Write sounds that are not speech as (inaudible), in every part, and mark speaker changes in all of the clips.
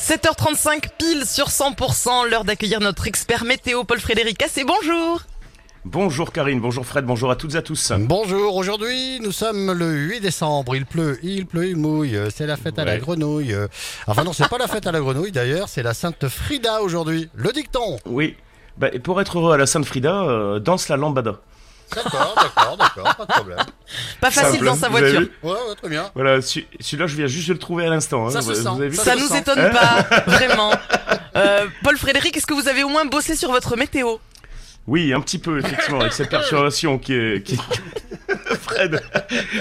Speaker 1: 7h35 pile sur 100%, l'heure d'accueillir notre expert météo Paul Frédéric Assé. Bonjour
Speaker 2: Bonjour Karine, bonjour Fred, bonjour à toutes et à tous.
Speaker 3: Bonjour, aujourd'hui nous sommes le 8 décembre, il pleut, il pleut, il mouille, euh, c'est la fête à la
Speaker 2: Ouais.
Speaker 3: grenouille. euh. Enfin non, c'est pas la fête à la grenouille d'ailleurs, c'est la sainte Frida aujourd'hui. Le dicton
Speaker 2: Oui. Bah, et pour être heureux à la Sainte Frida, euh, danse la lambada.
Speaker 3: D'accord, d'accord, d'accord, pas de problème.
Speaker 1: Pas facile
Speaker 2: Simple, hein.
Speaker 1: dans sa
Speaker 2: vous avez
Speaker 1: voiture.
Speaker 2: vu
Speaker 3: Ouais, ouais, très bien.
Speaker 2: Voilà, celui- celui-là, je viens juste de le trouver à l'instant. hein.
Speaker 3: Ça se
Speaker 2: Vous-
Speaker 3: sent,
Speaker 2: vous avez vu
Speaker 3: ça
Speaker 1: Ça
Speaker 3: se
Speaker 1: nous
Speaker 3: sent.
Speaker 1: étonne
Speaker 2: (laughs)
Speaker 1: pas, vraiment. Euh, Paul Frédéric, est-ce que vous avez au moins bossé sur votre météo
Speaker 2: Oui, un petit peu, effectivement, avec cette perturbation qui est... (laughs) qui- Fred,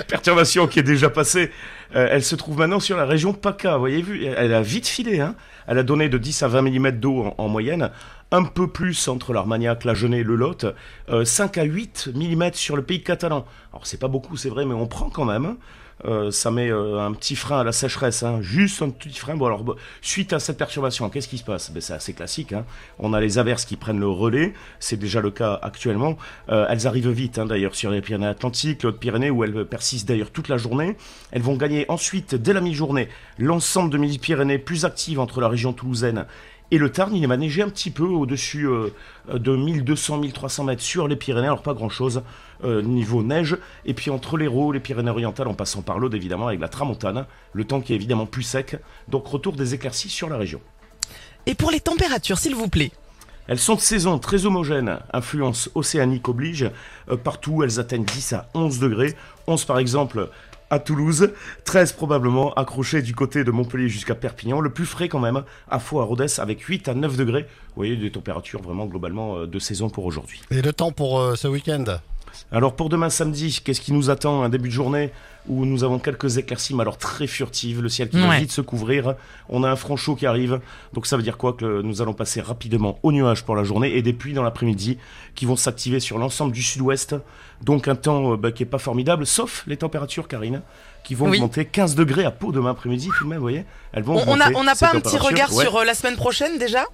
Speaker 2: perturbation qui est déjà passée. Euh, elle se trouve maintenant sur la région PACA, vous voyez vu Elle a vite filé, hein Elle a donné de 10 à 20 mm d'eau en, en moyenne, un peu plus entre l'Armagnac, la Genée et le Lot, euh, 5 à 8 mm sur le pays catalan. Alors c'est pas beaucoup, c'est vrai, mais on prend quand même. hein. Euh, ça met euh, un petit frein à la sécheresse, hein, juste un petit frein. Bon alors, bah, suite à cette perturbation, qu'est-ce qui se passe ben, C'est assez classique. hein. On a les averses qui prennent le relais, c'est déjà le cas actuellement. Euh, elles arrivent vite hein, d'ailleurs sur les Pyrénées-Atlantiques, les Hautes-Pyrénées, où elles euh, persistent d'ailleurs toute la journée. Elles vont gagner ensuite, dès la mi-journée, l'ensemble de Midi-Pyrénées plus active entre la région toulousaine et le Tarn, il va neiger un petit peu au-dessus euh, de 1200-1300 mètres sur les Pyrénées, alors pas grand-chose euh, niveau neige. Et puis entre l'Hérault, les Pyrénées-Orientales, en passant par l'Aude évidemment, avec la Tramontane, le temps qui est évidemment plus sec. Donc retour des éclaircies sur la région.
Speaker 1: Et pour les températures, s'il vous plaît
Speaker 2: Elles sont de saison très homogènes, influence océanique oblige. Euh, partout, elles atteignent 10 à 11 degrés. 11 par exemple à Toulouse, 13 probablement accrochées du côté de Montpellier jusqu'à Perpignan. Le plus frais quand même à Faux à Rodez avec 8 à 9 degrés. Vous voyez des températures vraiment globalement euh, de saison pour aujourd'hui.
Speaker 3: Et le temps pour euh, ce week-end
Speaker 2: Alors pour demain samedi, qu'est-ce qui nous attend Un début de journée où nous avons quelques éclaircies, mais alors très furtives, le ciel qui va
Speaker 1: Ouais.
Speaker 2: vite se couvrir, on a un franc chaud qui arrive, donc ça veut dire quoi Que nous allons passer rapidement aux nuages pour la journée et des pluies dans l'après-midi qui vont s'activer sur l'ensemble du sud-ouest, donc un temps euh, bah, qui est pas formidable, sauf les températures, Karine, qui vont
Speaker 1: Oui.
Speaker 2: augmenter 15 degrés à Pau demain après-midi tout de même, vous voyez Elles vont
Speaker 1: On on a-
Speaker 2: augmenter,
Speaker 1: on n'a
Speaker 2: ces
Speaker 1: pas un petit
Speaker 2: températures.
Speaker 1: regard
Speaker 2: Ouais.
Speaker 1: sur euh, la semaine prochaine déjà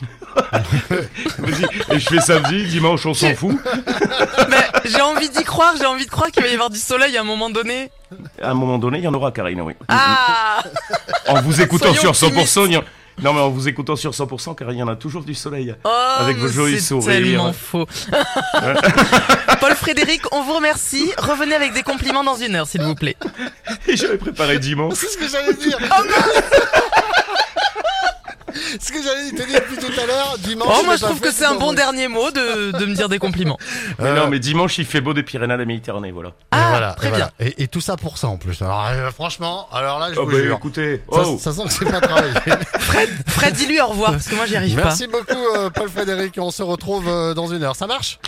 Speaker 2: (laughs) Vas-y, Et je fais samedi, dimanche on s'en fout
Speaker 1: Mais J'ai envie d'y croire, j'ai envie de croire qu'il va y avoir du soleil à un moment donné.
Speaker 2: À un moment donné, il y en aura, Karine, oui.
Speaker 1: Ah
Speaker 2: En vous écoutant
Speaker 1: Soyons
Speaker 2: sur 100%, il y en- non mais en vous écoutant sur 100%, car il y en a toujours du soleil.
Speaker 1: Oh,
Speaker 2: Avec vos
Speaker 1: mais
Speaker 2: jolis
Speaker 1: c'est
Speaker 2: sourires. (laughs)
Speaker 1: tellement faux. (laughs) Paul Frédéric, on vous remercie. Revenez avec des compliments dans une heure, s'il vous plaît.
Speaker 2: Et j'avais préparé dimanche.
Speaker 3: C'est ce que j'allais dire (laughs) Ce que j'allais te dire depuis tout à l'heure, dimanche.
Speaker 1: Oh,
Speaker 3: je
Speaker 1: moi
Speaker 3: l'ai
Speaker 1: je
Speaker 3: pas
Speaker 1: trouve
Speaker 3: fait,
Speaker 1: que c'est un
Speaker 3: tout
Speaker 1: bon
Speaker 3: le monde.
Speaker 1: dernier mot de, de me dire des compliments.
Speaker 2: Mais
Speaker 3: Euh,
Speaker 2: non, mais dimanche il fait beau des Pyrénées à la Méditerranée, voilà.
Speaker 3: et
Speaker 1: Ah,
Speaker 3: voilà,
Speaker 1: très
Speaker 3: et voilà. Et, et tout ça pour ça en plus. Alors, euh, franchement, alors là, je vous jure.
Speaker 2: écoutez,
Speaker 3: Ça,
Speaker 2: oh,
Speaker 3: bah, ça sent que c'est pas travaillé.
Speaker 1: Fred, dis-lui au revoir parce que moi j'y arrive pas.
Speaker 3: Merci beaucoup, euh, Paul Frédéric. On se retrouve euh, dans une heure. Ça marche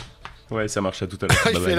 Speaker 2: ouais, ça marche à tout à l'heure.
Speaker 3: Il
Speaker 2: Bye
Speaker 3: fait
Speaker 2: bye.